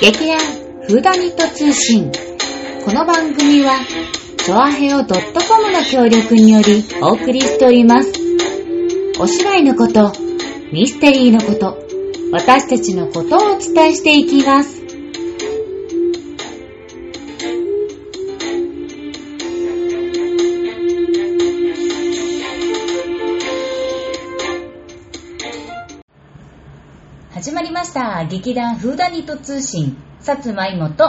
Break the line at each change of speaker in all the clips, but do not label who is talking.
劇団フーダニット通信。この番組は、チョアヘオ .com の協力によりお送りしております。お芝居のこと、ミステリーのこと、私たちのことをお伝えしていきます。始まりました。劇団フーダニット通信、さつまいもと、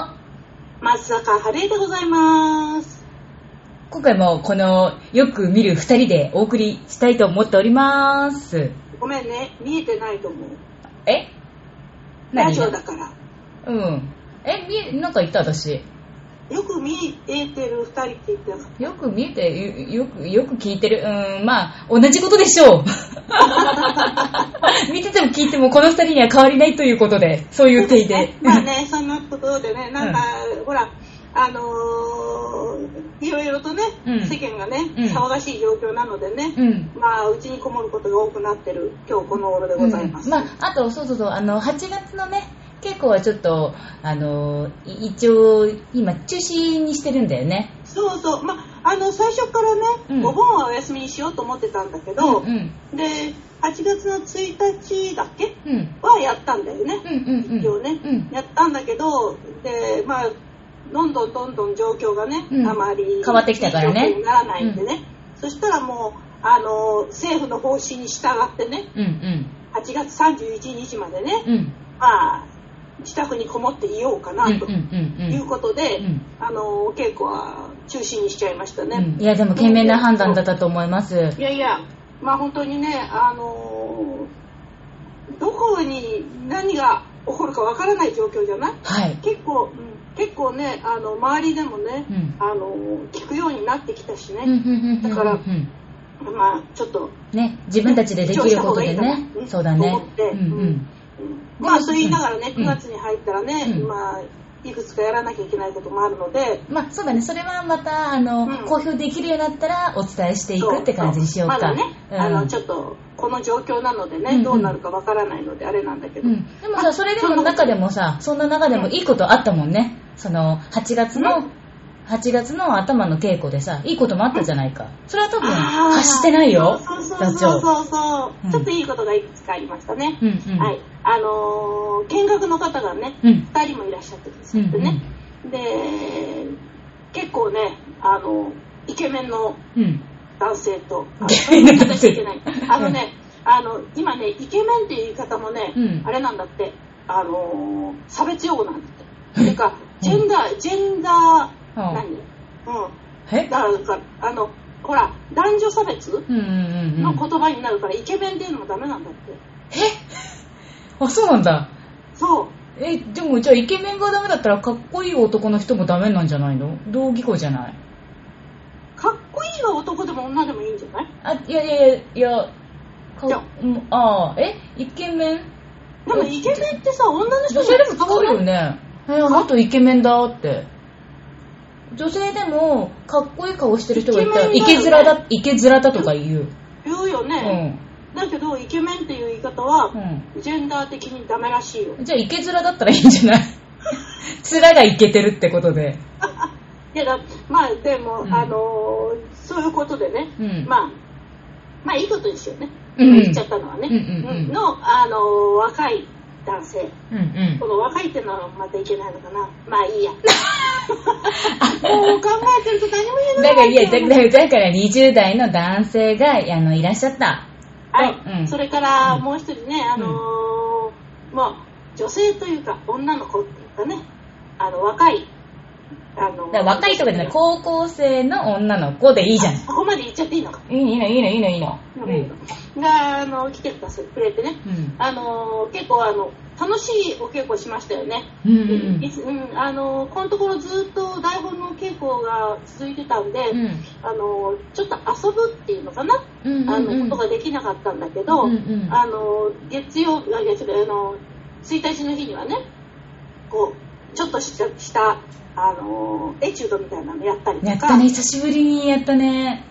松坂晴恵でございます。
今回もこのよく見る二人でお送りしたいと思っております。
ごめんね、見えてないと思う。
え
ラジ
が
オだから。
うん。え、見え、なんか言った私。
よく見えてる二人って言ってなかっ
よく見えて、よよく、よく聞いてる。うーん、まあ、同じことでし ょう。見てても聞いてもこの二人には変わりないということで、そういう体
た
で。
まあね、そんなことでね、なんか、ほら、あのー、いろいろとね、
うん
世間がね、
うん
騒がしい状況なのでね、
うん。
まあ、うちにこもることが多くなってる、今日この頃でございます。
うん、まあ、あと、そうそうそう、あの、8月のね、稽古はちょっと、あの、い一応、今、中止にしてるんだよね。
そうそう、まあ、あの、最初からね、
うん
お盆はお休みにしようと思ってたんだけど、
うん。
で、8月の1日だっけ
うん。
はやったんだよね。
うんうんうん。
一応ね、
うん。
やったんだけどで、まあ、どんどんどんどん状況がね、
うん
あまり
変わってきたからね
いい状況にならないんでね、そしたらもうあの政府の方針に従ってね
うんうん。
8月31日までね、
うん。
まあ、自宅にこもっていようかな
うん
と
うんうんうん。
いうことで、
うん
あのお稽古は中止にしちゃいましたね。
うんいや、でも、賢明な判断だったと思います。
いやいや、まあ本当にね、あのどこに何が起こるかわからない状況じゃない
はい。
結構、うん結構ねあの周りでもね、
うん
あの聞くようになってきたし
うんうん
ね、
うんうん
だから
うん
まあちょっと、
ね、自分たちでできることでね
う。ん
そうだね
思っ。
う
て
ん
うんまあそう言いながらね
うん
9月に入ったらね、
うん
まあいくつかやらなきゃいけないこともあるので。
うん。まあ、そうだね。それはまた、あの
う、ん
公表できるようになったら、お伝えしていくって感じにしようか。
まだね、
うん
あのちょっとこの状況なので
う
ね、
ん
どうなるかわからないのであれなんだけど、
うんでもさ、それでも中でもさ、そんな中でもいいことあったもんね。その、8月
う
の
ん、
8月の頭の稽古でさ、いいこともあったじゃないか。それは多分、
あー
発してないよ
そう、そう
座
そう
長。
そうそう、
うん
ちょっといいことがいくつかありましたね、
うんうん。
はいあのー見学の方がね
うん。
2人もいらっしゃってくだ
う
さ
ん
っ
うん
てね、で結構ねあのイケメンの
うん。
男性とあの
イケメンの男性
いけないあのねあの今ねイケメンっていう言い方もね、
うん
あれなんだってあのー差別用語なんだって
え
ていうかジェンダージェンダー
あ
何うん
え
だからだからあのほら男女差別
うんうんうんう
の
ん。
言葉になるから、イケメンっていうのもダメなんだって
あ、そうなんだ。
そう
え、でもじゃあイケメンがダメだったらかっこいい男の人もダメなんじゃないの同義語じゃない
かっこいいは男でも女でもいいんじゃない
あ、いやいやいや、いや、か
いや
うんああ、えイケメン
でもイケメンってさ女の人
女性
には
でも使
使わ
う
ない
よね。え、あの人イケメンだって。女性でもかっこいい顔してる人がいたら、イ
イ
ケ
ケメ
面
ンだよね
だ、イケ面だとか言う。
言うよ
う
ね、
ん。
だけどイケメンっていう言い方は
う、ん。
ジェンダー的にダメらしいよ
じゃあイケ面だったらいいんじゃ ない面がイケてるってことで。
いやだまあでも、
うん
あのーそういうことでね、
うん
まあまあいいことですよね、
うん
言っちゃったのはね、
うんうんうん
の、あのー若い男性
うんうん
こ。の若いってのはまたいけないのかなまあいい やもう考えてると何も言えな
だ
い
から、いや、だから、だから20代の男性が、あの、いらっしゃった。
はい、
うん
それからもう一人ね、あのーまあ、女性というか女の子っていうかねあの若い、あの
だから若いとかじゃない、高校生の女の子でいいじゃん。い
そこまで言っちゃっていいのか、
いの、いいの、いいの、いいの、いいの。
があの来てくださいくれてね、
うん
あのー結構あの楽しいお稽古しましたよね、
うん
う
うん
いつうんあのーこのところずっと台本の稽古が続いてたんで、
うん。
あのーちょっと遊ぶっていうのかな、
うんうん
あ
うん
のことができなかったんだけど、
うんうん
あの月曜日あ月曜日あの1日の日にはねこうちょっとしたしたあのエチュードみたいなのやったりとか
やったね、久しぶりにやったね。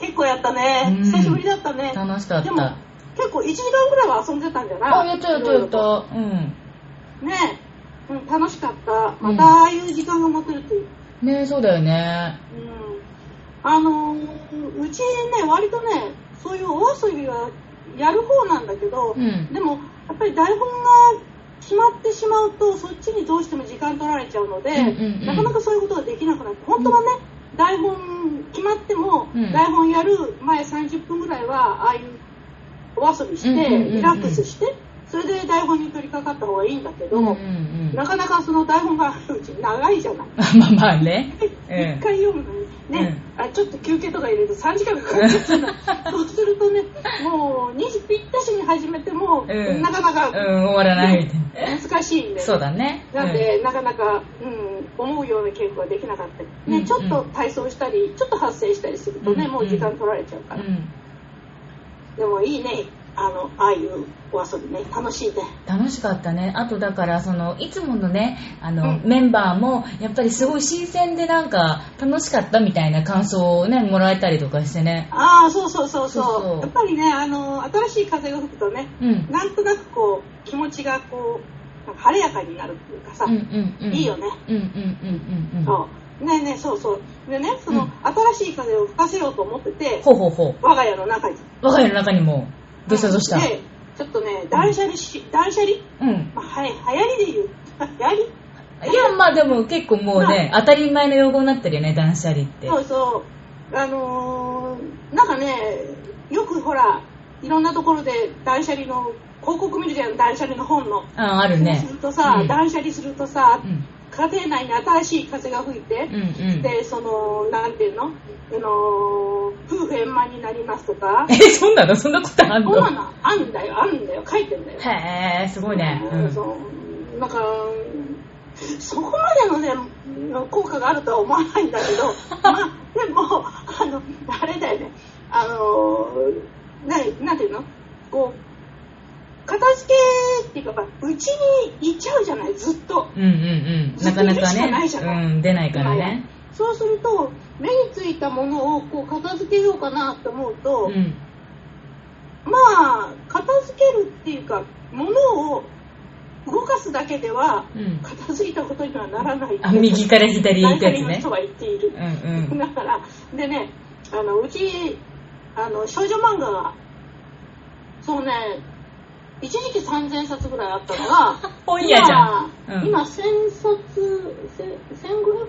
結構やったね、
うん
久しぶりだったね
楽しかっ
でも
た。
結構1時間ぐらいは遊んでたんじゃない
あ、やったやったやった。うん。
ねうん、楽しかった。またああいう時間が持てるという。
ねそうだよね。
うん。あのーうちね、割とね、そういうお遊びはやる方なんだけど、
うん。
でも、やっぱり台本が決まってしまうと、そっちにどうしても時間取られちゃうので、
うんうんうん
なかなかそういうことができなくなって、本当はね、台本決まっても、
うん
台本やる前30分ぐらいは、ああいうお遊びして、
うんうんうんうん
リラックスして、それで台本に取り掛かった方がいいんだけど、
うんうん。
なかなかその台本があ るうち長いじゃない。
まあまあね。
一回読むのに、ね、あちょっと休憩とか入れると3時間かかっちゃうの そうするとね、もう2時ぴったしに始めても、
うん
なかな
うん、
か
終わらないみたいな。
難しいんで、
そうだね。
なんで、なかなか、うん、思うような稽古ができなかったり、ね
うんうん
ちょっと体操したり、ちょっと発声したりするとね、
うん
もう時間取られちゃう
う
から、
ん。
でもいいね、あの、ああいうお遊びね、楽しいね。
楽しかったね。あとだから、その、いつものね、あの、
うん
メンバーも、やっぱりすごい新鮮でなんか、楽しかったみたいな感想をね、もらえたりとかしてね。
ああ、そうそうそうそう
そうそう
やっぱりね、あの、新しい風が吹くとね、
うん。
なんとなくこう、気持ちがこう、なんか晴れやかになるっていうかさ、
うんうんうん。
いいよ。ね。
うんうんうんうんうん。
そう。ねえねえ、そうそう。でね、そ
う
の、
ん
新しい風を吹かせようと思ってて、
ほうほうほ
我が家の中に。
う。我が家の中にも、どうしたどうした
で、ちょっとね、断捨離し、断捨離
うん。
まあ、はや、流行りで言う。 流行り
いや、まあでも結構もうね、当たり前の用語になってるよね、断捨離って。
そうそう。あのー、なんかね、よくほら、いろんなところで断捨離の、広告見るじゃん、断捨離の本
う
の。
ん、ある
そ
ね
うす。るとさ、
うん
断捨離するとさ
う、ん。
家庭内に新しい風が吹いて、
うんうん。
で、その、なんていうの、あのー夫婦円満になりますとか、
え、そうなのそんなことあん
そん
の
なのあんだよ、あんだよ、書いてんだよ。
へえ、すごいね。う
うんん、そう。なんか、そこまでのね、効果があるとは思わないんだ けど、まあ、でも、あの、あれだよね、あのー、ななんていうのこう、片付けっていうか、まあうちにいちゃうじゃない、ずっと。
うんうんうん。なかなか
ずっと見るしかないじゃな
ね、うん、出ないからね。
そうすると、目についたものをこう片付けようかなと思う
う
と、
ん。
まあ、片付けるっていうか、ものを動かすだけでは、
うん。
片付いたことにはならない
あ、右から左行
大
くや
体
つ
の
ね
人。は言っている
う。んうん。
だから、でね、あの、うち、あの、少女漫画が、そうね、一時期3000冊ぐらいあったのが、
本屋じゃ
今
ん。うん。
今1000冊、せ1500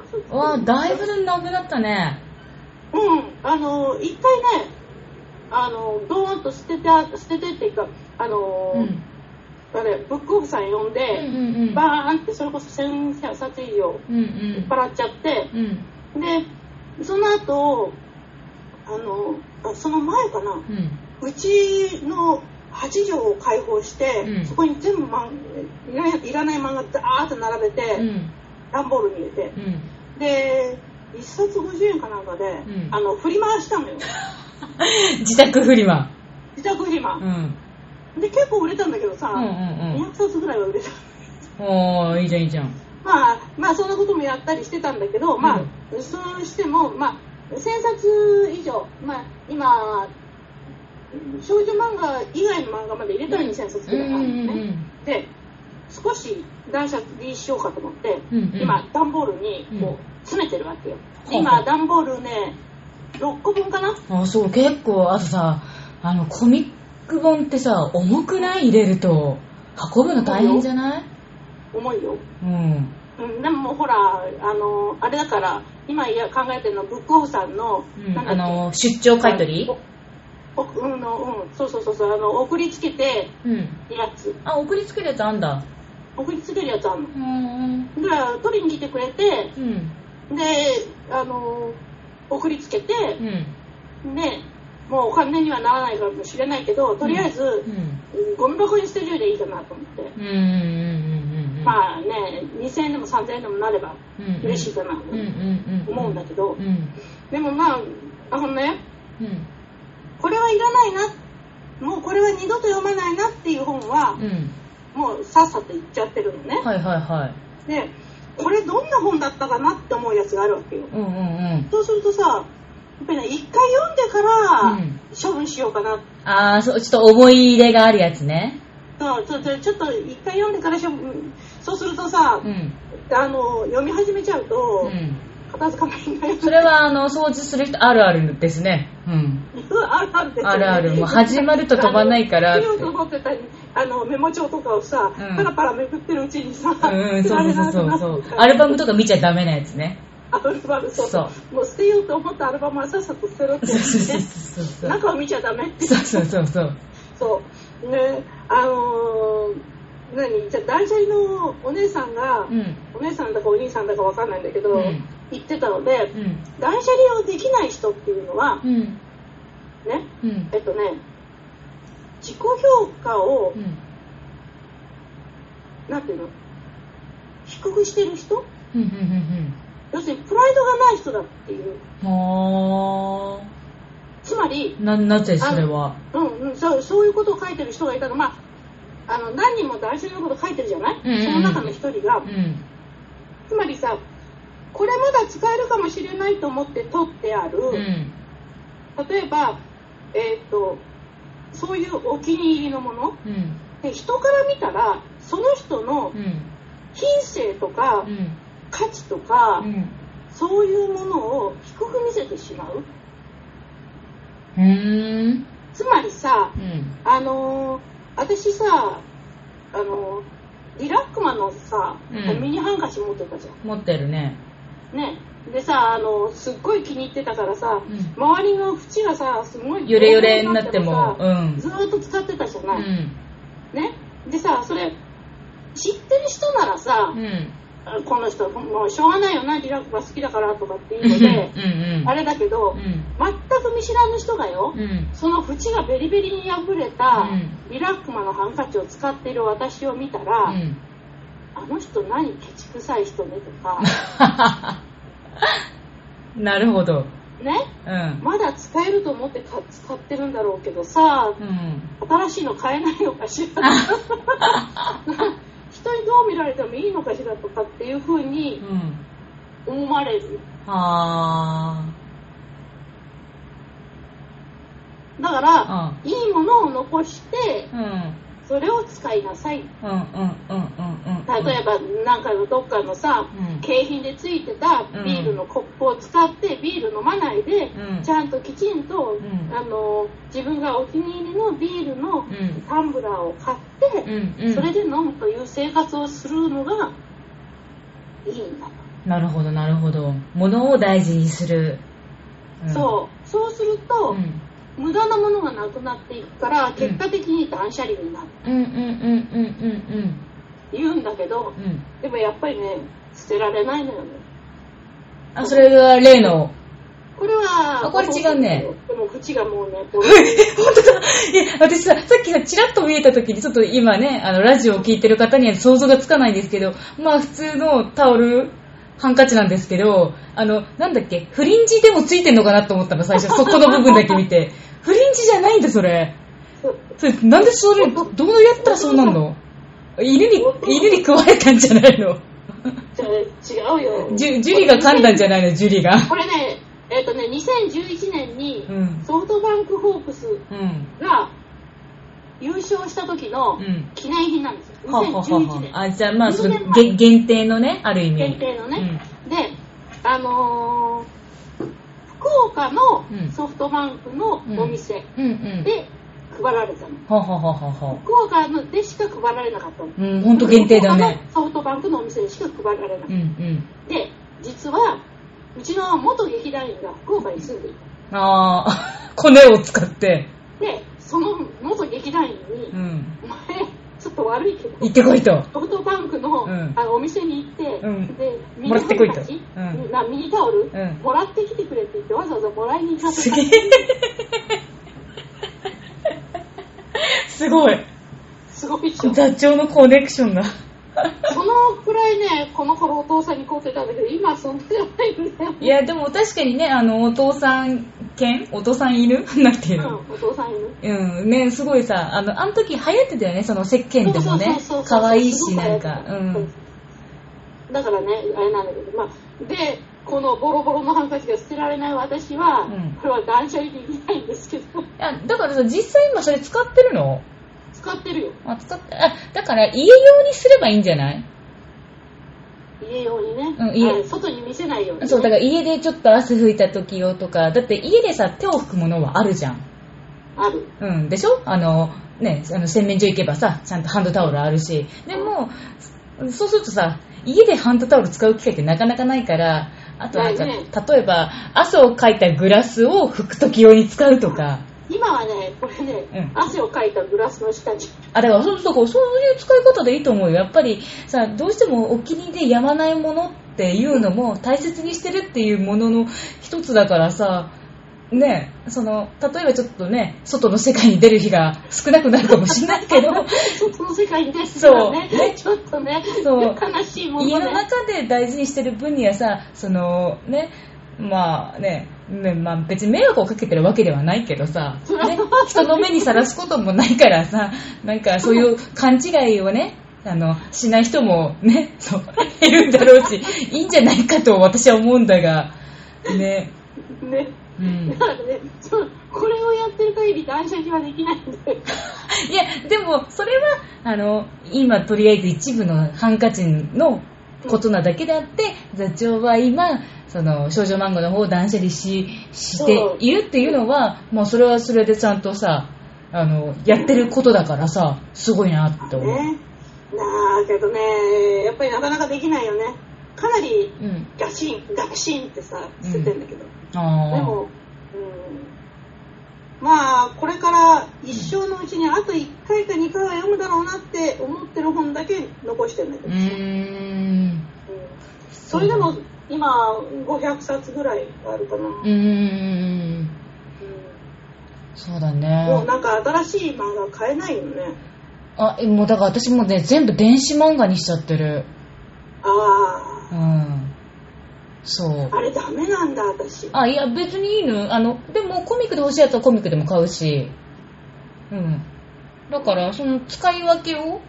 冊。
うわ、だいぶなくなったね。
うん、あの、一回ね、あの、ドーンと捨ててあ、捨ててっていうか、あの、
うん。
あれ、ブックオフさん呼ん
うん
で、
うんうん。
バーンってそれこそ1000冊以上、
うんう
売っ
ん。
払っちゃって、
うん。
で、その後、あの、あその前かな、
うん。
うちの8畳を開放して、
うん
そこに全部漫いらないいらない漫画ダーッと並べて、
うん。
段ボールに入れて
う、ん。
で、1冊50円かなんかで、
ん
あの、振り回したのよ。
自宅フリマ。
自宅フリマ
う。ん。
で、結構売れたんだけどさ、
うんうん
200冊ぐらいは売れた。
うん。おー、いいじゃんいいじゃん。
まあ、まあ、そんなこともやったりしてたんだけど、まあ、そうしても、まあ、1000冊以上、まあ、今、少女漫画以外の漫画まで入れたら2000冊
う
ぐ
ん
らいあ
う
る
ん
のね。で、少し断捨離しようかと思って、
うん。うんうん。
今、段ボールに
うん
こう詰めてるわけよ。
ほうほう
で今、段ボールね、6個分かな
あ、そう、結構、あとさ、あの、コミック本ってさ、重くない入れると、運ぶの大変じゃない
重いよ。
うん。
うん、でももうほら、あの、あれだから、今いや考えてるのは、ブックオフさんの、
うん、
なんだっけ
あの、出張買い取り
おうんの、うん、そうそうそうそう、あの、送りつけて
うん。
るやつ。
あ、送りつけるやつあんだ。
送りつけるやつあんの
う。んうん。
だから、取りに来てくれて、
うん。
で、あの、送りつけて、
うん。
で、もうお金にはならないかもしれないけど、とりあえず、
うん。
うんゴミ箱に捨てるよりいいかなと思って。
うん。うん。うん。うん。あ、
まあね、2000円でも3000円でもなれば嬉しい
と
かなと
うん。うん。
思うんだけど
う、ん。
でもまあ、あのね、
うん。
これはいらないな、もうこれは二度と読まないなっていう本は、
うん。
もうさっさと言っちゃってるのね。
はいはいはい。
で、これどんな本だったかなって思うやつがあるわけよ。
うんうん
そうするとさ、やっぱりね、一回読んでか
う
ら
ん。うん。
処分しようかな。
あー、そう、ちょっと思い入れがあるやつね。
そうそうでちょっと一回読んでからしょうんそうするとさ、
うん。
あの読み始めちゃう
う
と、
ん。
片付かないんだよ
それは、あの、掃除する人あるあるですね。うん。
あるあるですよね
あるあるもう始まると飛ばないから
あの見ようと思ってたあのメモ帳とかをさ、
うん
パラパラめくってるうちにさ、
うん、そうそうそうそう。アルバムとか見ちゃダメなやつね。
アルバムそうそうもう捨てようと思ったアルバムはさっさと捨てろって
そう
言
そうそうそう
ってね
そう。
中を見ちゃダメって
そうそうそうそう。
そうねあのー何じゃあ断捨離のお姉さんが、
うん。
お姉さんだかお兄さんだかわかんないんだけど、
うん
言ってたので、
うん。
断捨離をできない人っていうのは、
うん。
ね
うん。
えっとね自己評価を、
うん。
なんていうの低くしてる人
うん。うん。うん。
要するにプライドがない人だっていう
うん。は
つまり
ー。な、なぜそれは。
うんうん、そうそういうことを書いてる人がいたの、まあ、あの何人も男子のこと書いてるじゃな
ん
い、
うんうん
その中の一人が、
うん。
つまりさこれまだ使えるかもしれないと思って取ってある、
うん。
例えば、えー、とそういうお気に入りのもの
うん。
で人から見たらその人の
うん。
品性とか
うん。
価値とか、
うん。
そういうものを低く見せてしまう
うーん。
つまりさ
うん。
あのー私さあのーリラックマのさ、
うん
ミニハンカチ持ってたじゃ
持ってるね。
んねでさあのーすっごい気に入ってたからさ、
うん
周りの縁がさすごい
ゆれゆれになっても
さ、
うん
ず。ーっと使ってたじゃ
う
ない、
ん。
ねでさそれ知ってる人ならさ
う、ん。
あこの人もうしょうがないよなリラックマ好きだからとかっていううの
ん。
で
うん。
あれだけ
う
ど、
ん。
全く見知らぬ人がよ、
うん。
その縁がベリベリに破れた
うん
リラックマのハンカチを使っている私を見たら、
うん。
あの人何ケチくさい人ねと か
なるほど。
ね
うん。
まだ使えると思ってか使ってるんだろうけどさ
うん。
新しいの買えないのかし ら人にどう見られてもいいのかしらとかっていうふう
う
に
ん。
思われる
あ
だから
あ。
いいものを残して
うん。うん。
それを使いなさい
うん。うん。うん。うん。うん。
例えばなんかのどっかのさ、
うん
景品でついてたビールのコップを使ってビール飲まないで、
うん
ちゃんときちんと、
うん
あの自分がお気に入りのビールの
うん
タンブラーを買っ
う
て、
ん。うん。
それで飲むという生活をするのがいいんだと、
なるほど、なるほど。物を大事にする。
そうそうする
う
と、
ん。
無駄なものがなくなっていくから結果的に断捨離になる
うん。うん。うん。うん。
言うんだけど
うん。うん。
でもやっぱりね捨てられないのよね
あ、それが例の。
これは
あこれ違うね
でも口がもうねこう
え、私さ、さっきさ、チラッと見えた時に、ちょっと今ね、あの、ラジオを聞いてる方には想像がつかないんですけど、まあ、普通のタオル、ハンカチなんですけど、あの、なんだっけ、フリンジでもついてんのかなと思ったの、最初。そこの部分だけ見 て。フリンジじゃないんだ、それ。
そう
それ、なんでそれ、どうやったらそうなん の犬に、犬に食われたんじゃないの
じゃあ違うよ
ジュジュリが噛んだんじゃないの、ジュリが。
これねえっ、とね2011年に
うん。
ソフトバンクホークス
うん。
が優勝した時の
うん
記念品なんですよ、
ははは
2011
は
年
あ、じゃあまあ、その
20年、前
げ限定のね、ある意味。
限定のね、であのー福岡の
うん
ソフトバンクのお店
うん。うんうん。
で配られたの
ははははは。
福岡のでしか配られなかったの
うん、ほんと限定だね。
福岡のソフトバンクのお店でしか配られなかった
うんうん。
で実はうちの元劇団員が福岡に住んでいた
あ あ、コネを使って。
でその元劇団員に、
うん。
お前ちょっと悪いけど
行ってこいと。
ソフトバンクの,、
うん
あのお店に行って、
うん
でミニ
もらってこいと
ハンカチ
う
なミニタオル、
うん
もらってきてくれって言ってわざわざもらいに行か
す
せた
げえ。すごい。
すごいでしょ
座長のコネクションが。
そのくらいねこの頃お父さんにこうてたんだけど今はそんなじゃないんだよ、
いや、でも確かにね、あの、お父さん犬お父さん犬なんていうの、
うん、お父さんにね
うん、ね、すごいさ、あの、あの時流行ってたよね、その石鹸でもね
そうそうそうそう。
可愛いし、なんか。う
そ
ん。
うだからねあれなんだけどまあでこのボロボロのハンカチが捨てられない私は、
うん
これは断捨離できないんですけど
いや、だからさ、実際今それ使ってるの
使ってるよ。
まあ、使って、あ、だから家用にすればいいんじゃない
家用にね。
うん家
はい外に見せないように、ね。
そう、だから家でちょっと汗拭いた時用とか、だって家でさ、手を拭くものはあるじゃん。
ある。
うん、でしょあの、ね、あの洗面所行けばさ、ちゃんとハンドタオルあるし。でも、そうするとさ、家でハンドタオル使う機会ってなかなかないから、あとなんか、
ないね
例えば、汗をかいたグラスを拭く時用に使うとか。
今はね、これね、
うん
汗をかいたグラスの下に。
あ、だからそうそうそういう使い方でいいと思うよ。やっぱりさ、どうしてもお気に入りでやまないものっていうのも大切にしてるっていうものの一つだからさ、ねえ、その、例えばちょっとね、外の世界に出る日が少なくなるかもしれないけど、
その世界に出してたらね
そうね
ちょっとね、
そう
悲しいも
家の
のね。
中で大事にしてる分にはさ、その、ね、まあね、ねまあ、別に迷惑をかけてるわけではないけど さ、ね、人の目にさらすこともないからさ、なんかそういう勘違いをね、あの、しない人もね、 そう、いるんだろうし、いいんじゃないかと私は思うんだが、ね、
ね。
うん
だ。からね、そうこれをやってる限り断捨離はできないんで。
いや、でも、それは、あの、今、とりあえず一部のハンカチのことなだけであって、座長は今、その、少女漫画の方を断捨離し、しているっていうのは、もうそれはそれでちゃんとさ、あの、やってることだからさ、すごいなって思う。
ね。だけどね、やっぱりなかなかできないよね。かなり
うん。
ガシン、ガシンってさ、捨ててんだけど。で
あ
も、うん、まあ、これから一生のうちにあと1回か2回は読むだろうなって思ってる本だけ残してるんだけ
ーう
ど、
ーん。
うんそれでも今500冊ぐらいあるかな、
うーん。そうだ
うんもう
ね。
なんか新しい漫画買えないよね
あ、えもうだから私もね、全部電子漫画にしちゃってる。
あ
うん。そう
あ。あれダメなんだ私
あ、いや、別にいいの。あの、でもコミックで欲しいやつはコミックでも買うし。うん。だから、その使い分けを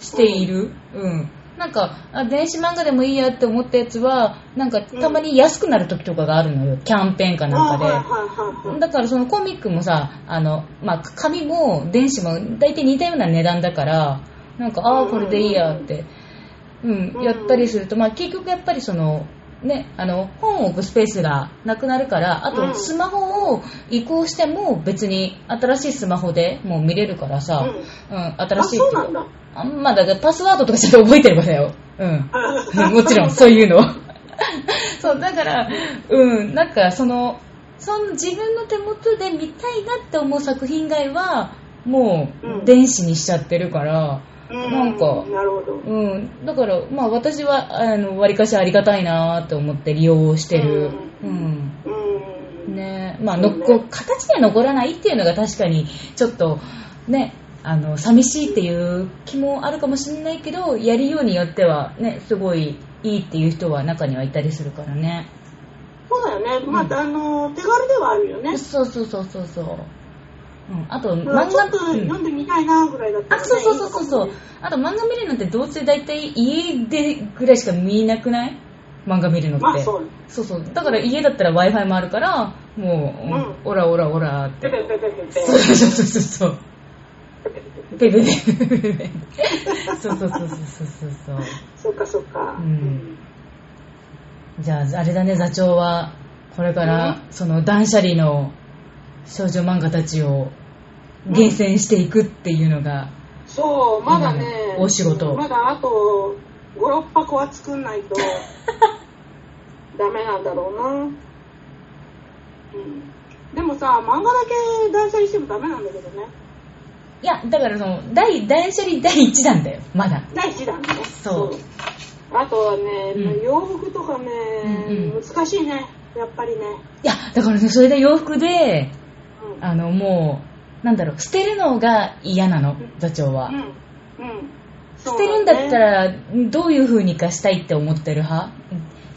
している。うん。なんか、あ電子漫画でもいいやって思ったやつは、なんか、たまに安くなる時とかがあるのよ。キャンペーンかな
あ
ん
はいはい
か
はいはい
で。だから、そのコミックもさ、あの、まあ、紙も電子も大体似たような値段だから、なんか、ああ、これでいいやって、うん
う、ん
やったりすると、まあ、結局やっぱりその、ね、あの、本を置くスペースがなくなるから、あ
う
と、
ん
スマホを移行しても別に新しいスマホでもう見れるからさ、
うん
うん、新
あ
しい
そうなんだ
あんまだからパスワードとかちゃんと覚えてればだよ。うん。もちろん、そういうの。 そう、だから、うん、なんかその、その自分の手元で見たいなって思う作品以外は、も
うん
う、電子にしちゃってるから、
う
なんか
なるほど
うん、だから、まあ私は、あの、割かしありがたいなと思って利用してる。うん。
うん
ねまあ、のこう形には残らないっていうのが確かに、ちょっと、ね、あの、寂しいっていう気もあるかもしれないけど、やりようによっては、ね、すごいいいっていう人は中にはいたりするからね。
そうだよねま
うん
ああの手軽ではあるよね
そうそうそうそうそう。うん、あと、漫
まあちょっと
うん
読んでみたいなぐらいだったら
あ、
ね
そうそうそうそうそ
いういかもね。
あと漫画見るのってどうせ大体家でぐらいしか見なくない漫画見るのって。
まあそう
そうそうだから家だったら Wi-Fi もあるから、もう、
うん
オラオラオラっ
ペ
て。
ペペペペペ
そうそうそうそうそう。ペペペペペペペ。そうそうそうそうそうそう。
そうかそうか
うんじゃあ、あれだね、座長は、これから、その断捨離の少女漫画たちを厳選していくっていうのが、
そうまだね
うんお仕事
まだあと56箱は作 んないとダメなんだろうなうんでもさ漫画だけ断捨離してもダメなんだけどね
いや、だからその、第、断捨離第1弾だよ、まだ。
第1弾ね
そう
あとはね、
うん
洋服とかね、
うんうん
難しいねやっぱりね、
いや、だからね、それで洋服で、
うん、
あの、もう、なんだろう、捨てるのが嫌なの、座長は。
うんうん
捨てるんだった
そうね
ら、どういう風にかしたいって思ってる派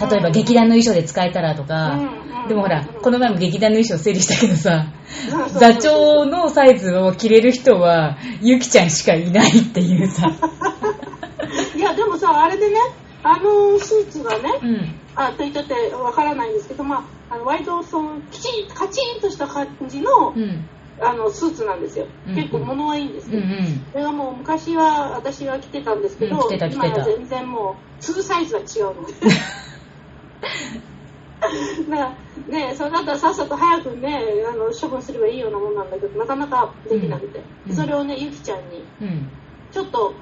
例えば、
うん
劇団の衣装で使えたらとか、
うんうん
でもほら、
うん
この前も劇団の衣装整理したけどさ、
そうそう
座長のサイズを着れる人は、ゆきちゃんしかいないっていうさ。
いやでもさあれでねあのスーツがね、
うん。
あと言っちゃってわからないんですけど、まあ、あの割とそのきちんカチンとした感じの、
うん。
あのスーツなんですよ
うん
結構物はいいんです
うん
け
う
ど、
ん。
それがもう昔は私が着てたんですけど、
うん着てた着てた
今は全然もう2サイズが違 うのでだからねそれだったらさっさと早くねあの処分すればいいようなもんなんだけどなかなかできなくて、
うん
それをねゆきちゃんに
うん。
ちょっと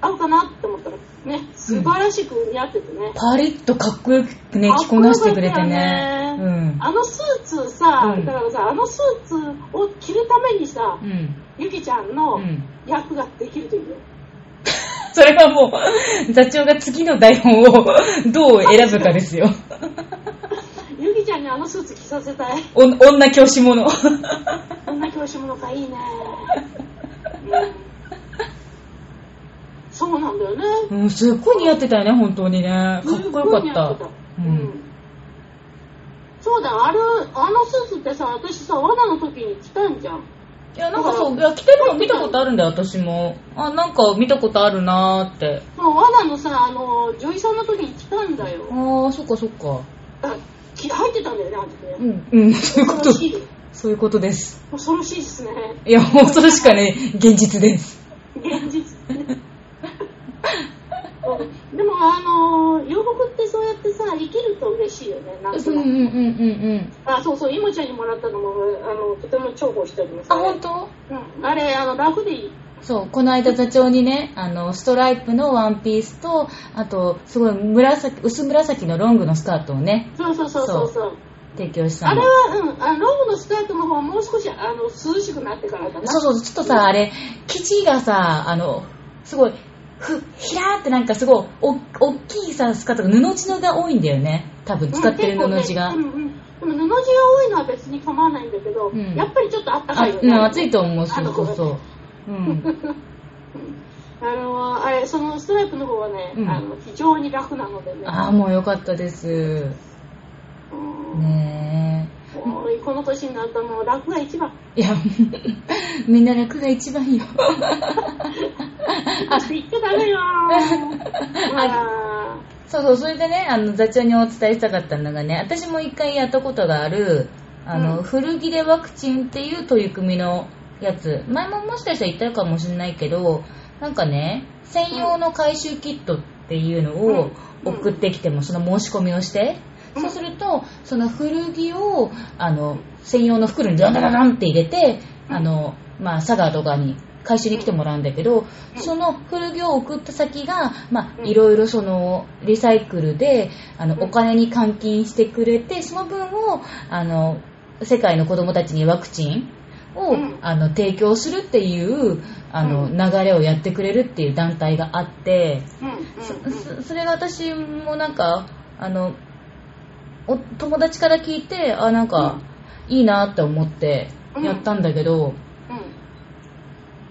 合うかなって思ったらね素晴らしく似合っててね、
パリッとかっこよくね、着こなしてくれてね。
か
う
っこよ
ん。
あのスーツさ、
うん
だからさあのスーツを着るためにさ、
うん。
ゆきちゃんの
うん。
役ができるというよ
それはもう、座長が次の台本をどう選ぶかですよ。
ゆきちゃんにあのスーツ着させたい。
お女教師もの。
こんな教師ものかいいね。うんそうなんだよね。
うん、すっごい似合ってたよね、本当にね。かっこよか
すごい似
っ
合
た。
て
う。
うんん。そうだ、あれ、あのスーツってさ、私さ、罠の時に着たんじゃん。
いや、なんかそう、いや、着てるの見たことあるんだよ、私も。あ、なんか見たことあるなーって。
その罠のさ、あの、女医さんの時に着たんだよ。
ああ、そっかそっか。
だから着入ってたんだよね、あの時
うん、
ね。
うん、 そういうこ
恐
と。
ろしい。
そういうことです。
恐ろしいですね。
いや、もうそれしかね、現実です。
現実ねうんでもあのー洋服ってそうやってさ生きると嬉しいよねなんか、
うんうんうんうんうん。
あそうそういもちゃんにもらったのもあのとても重宝しております
あ、本当
うん、あれあの楽でいい
そう、この間座長にね、あの、ストライプのワンピースと、あと、すごい紫、薄紫のロングのスカートをね、
そうそうそうそうそう
提供した
あ
の
れ。は、うん、あのロングのスカートの方はもう少しあの涼しくなってからだな
そうそう、ちょっとさ、あれ、生地がさ、あの、すごい、ふ、ひらーってなんかすごい、お、大きいさ、スカートが布地のが多いんだよね。多分、使ってる布地が。
うん結構ねうんうん、でも布地が多いのは別に構わないんだけど、
うん
やっぱりちょっとあったか
あ、
いよ
う
ね
ん、暑いと思う、
あ
そ
の
うそう
子が
そう。うん。
あのーあれそのストライプの方はね、
うん
あの非常に楽なのでね
ああ、もうよかったです。
うん
ね
もうこの年になったらもう楽が一番。
え。いや、 みんな楽が一番よ。
あ、言っちゃダ メよー。あ
そうそう、それでね、あの、座長にお伝えしたかったのがね、私も一回やったことがある、あの、
うん
古着でワクチンっていう取り組みのやつ、前ももしかしたら言ったかもしれないけど、なんかね、専用の回収キットっていうのを
うん
送ってきても、その申し込みをして、
うん
そうすると、その古着を、あの、専用の袋にダダダダンって入れて、
うん
あの、まあ、佐賀とかに回収に来てもらうんだけど、
うん
その古着を送った先が、ま
う
あ、
ん
いろいろそのリサイクルであ
う
の
ん
お金に換金してくれてその分をあの世界の子供たちにワクチンを、
うん
あの提供するっていうあの、
うん
流れをやってくれるっていう団体があって、
ーうんうん
そ
う
そ
ん
それが私もなんかあのお友達から聞いてあなんか、いいなって思ってやったんだけど。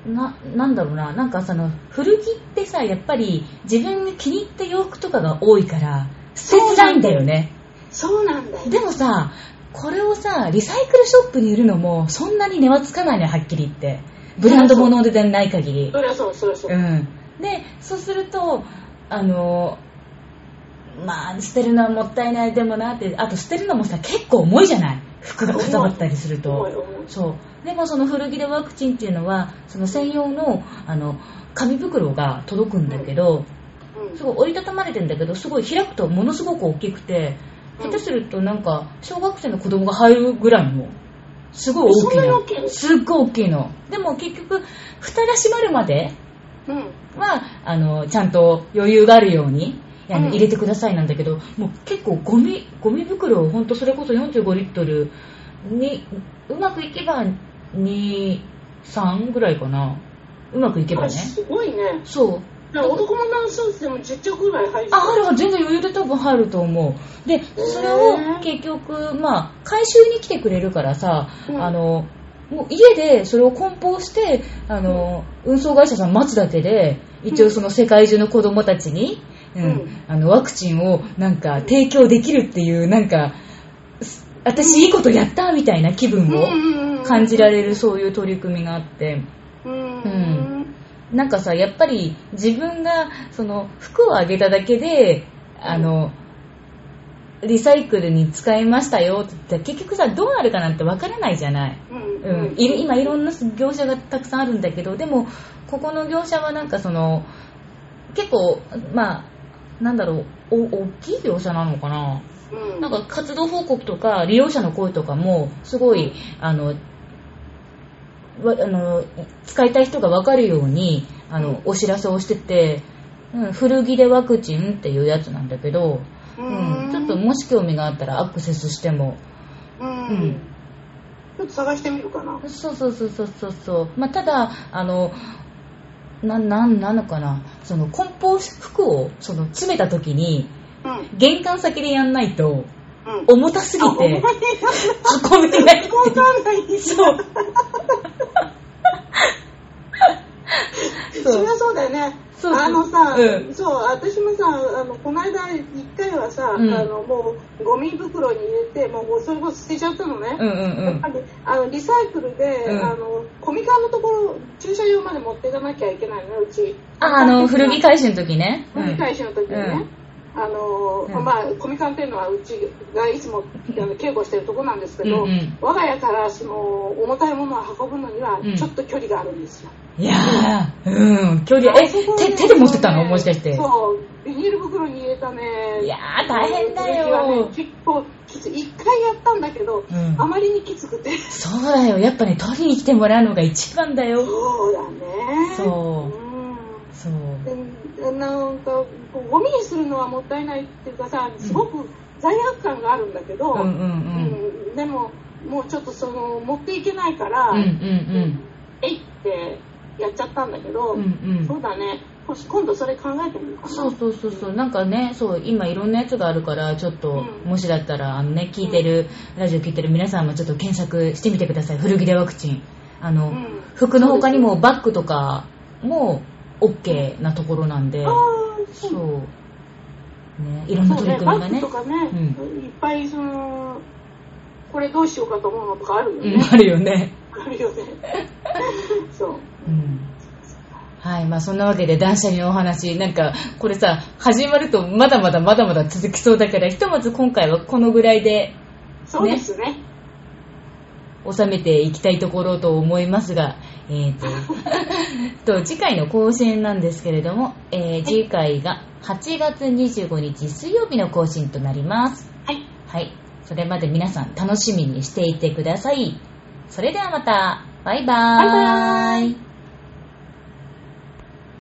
な、なんだろうな、なんかその、古着ってさ、やっぱり自分が気に入った洋服とかが多いから、捨てづらいんだよね。
そうなんだよ。
でもさ、これをさ、リサイクルショップに売るのも、そんなに値はつかないね、はっきり言って。ブランド物でない限り。
そりゃそう、そりゃそうう。
ん。で、そうすると、あの、まあ、捨てるのはもったいないでもなって、あと捨てるのもさ、結構重いじゃない服が固まったりすると。
思い思い
そう。でもその古着でワクチンっていうのは、その専用の、あの、紙袋が届くんだけど、
うん
すごい折りたたまれてんだけど、すごい開くとものすごく大きくて、
うん
下手するとなんか、小学生の子供が入るぐらいの、すごい大きい
そんなに大きい
の。
の
すっごい大きいの。でも結局、蓋が閉まるまで
うん。
は、あの、ちゃんと余裕があるように、あの
うん
入れてくださいなんだけど、もう結構ゴミ、ゴミ袋をほんとそれこそ45リットルに、うまくいけば2、3ぐらいかな。うまくいけばね。
すごいね。
そう。
だから男物のスーツでも10着ぐらい入る。
あ、入るは全然余裕で多分入ると思う。で、それを結局、まあ、回収に来てくれるからさ、
うん
あの、もう家でそれを梱包して、あの、運送会社さん待つだけで、一応その世界中の子供たちに、うん、
うん
あの、ワクチンをなんか提供できるっていう、なんか、す私いいことやったみたいな気分を
を
感じられるそういう取り組みがあって、
うん。
うんなんかさ、やっぱり自分が、その、服をあげただけで、あの、リサイクルに使いましたよって言って結局さ、どうなるかなんてわからないじゃない。
うん。
うん、いる今いろんな業者がたくさんあるんだけどでもここの業者はなんかその結構まあなんだろうお大きい業者なのかな
うん
なんか活動報告とか利用者の声とかもすごいあのわあの使いたい人が分かるようにあの、お知らせをしてて、うん、古着でワクチンっていうやつなんだけど、
う
うん
ん、
ちょっともし興味があったらアクセスしても
うん、
うん
ちょっと探してみるかな。
そうそうそうそうそうそう、まあ、ただあのななんなのかなその梱包服をその詰めた時に
うん、うん。
玄関先でやんないと
うん
重たすぎ
あ、お前
て
が
運べない
わかんない。
そう
そ
そう
りゃそうだよね。
そうそう
あのさ、
うん
そう、私もさ、あの、この間、一回はさ、
うん
あの、もう、ゴミ袋に入れて、もう、それこそ捨てちゃったのね。
うんうん
やっぱりあのリサイクルで、
うん
あのコミカンのところ駐車場まで持っていかなきゃいけないのようち
ああの古着回収の時ね、うん、
古着返しの時にね、あの
うん
まあコミカンっていうのはうちがいつもあの稽古してるとこなんですけど、
うんうん
我が家からその重たいものを運ぶのには
うん
ちょっと距離があるんですよ、
いやーうん距離え
あそこね
手手で持ってたのもしかして
そうビニール袋に入れたね
いやー大変だ
古着は
よ
ね、結構きつい一回やったんだけど、
うん
あまりにきつくて
そうだよやっぱね取りに来てもらうのが一番だよ
そうだね
そう
うん
そう
でなんかこうゴミにするのはもったいないっていうかさすごく罪悪感があるんだけど、
うんうんうん
うんでももうちょっとその持っていけないから、
うんうん
えいってやっちゃったんだけど、
うんうんう
そうんだねこし今度それ考えてみるかな
そうそうそうそうなんかねそう今いろんなやつがあるからちょっと、
うん
もしだったらあのね聞いてる、ラジオ聞いてる皆さんもちょっと検索してみてください古着でワクチンあの、
うん
服の他にもバッグとかも OK なところなんで、
あー
そ
そうう
ねいろんな取り組みがね
そうねバッグとかね、いっぱいそのこれどうしようかと思うのとかあるよね、
うん、あるよね
あるよねそう
うんはい、まあそんなわけで断捨離のお話、なんかこれさ、始まるとまだまだまだまだ続きそうだから、ひとまず今回はこのぐらいで
そうですね
収めていきたいところと思いますが、えー、 とと次回の更新なんですけれども、えー次回が8月25日水曜日の更新となります。
はい
はい、それまで皆さん楽しみにしていてください。それではまた、バイバーイ。
バイバーイ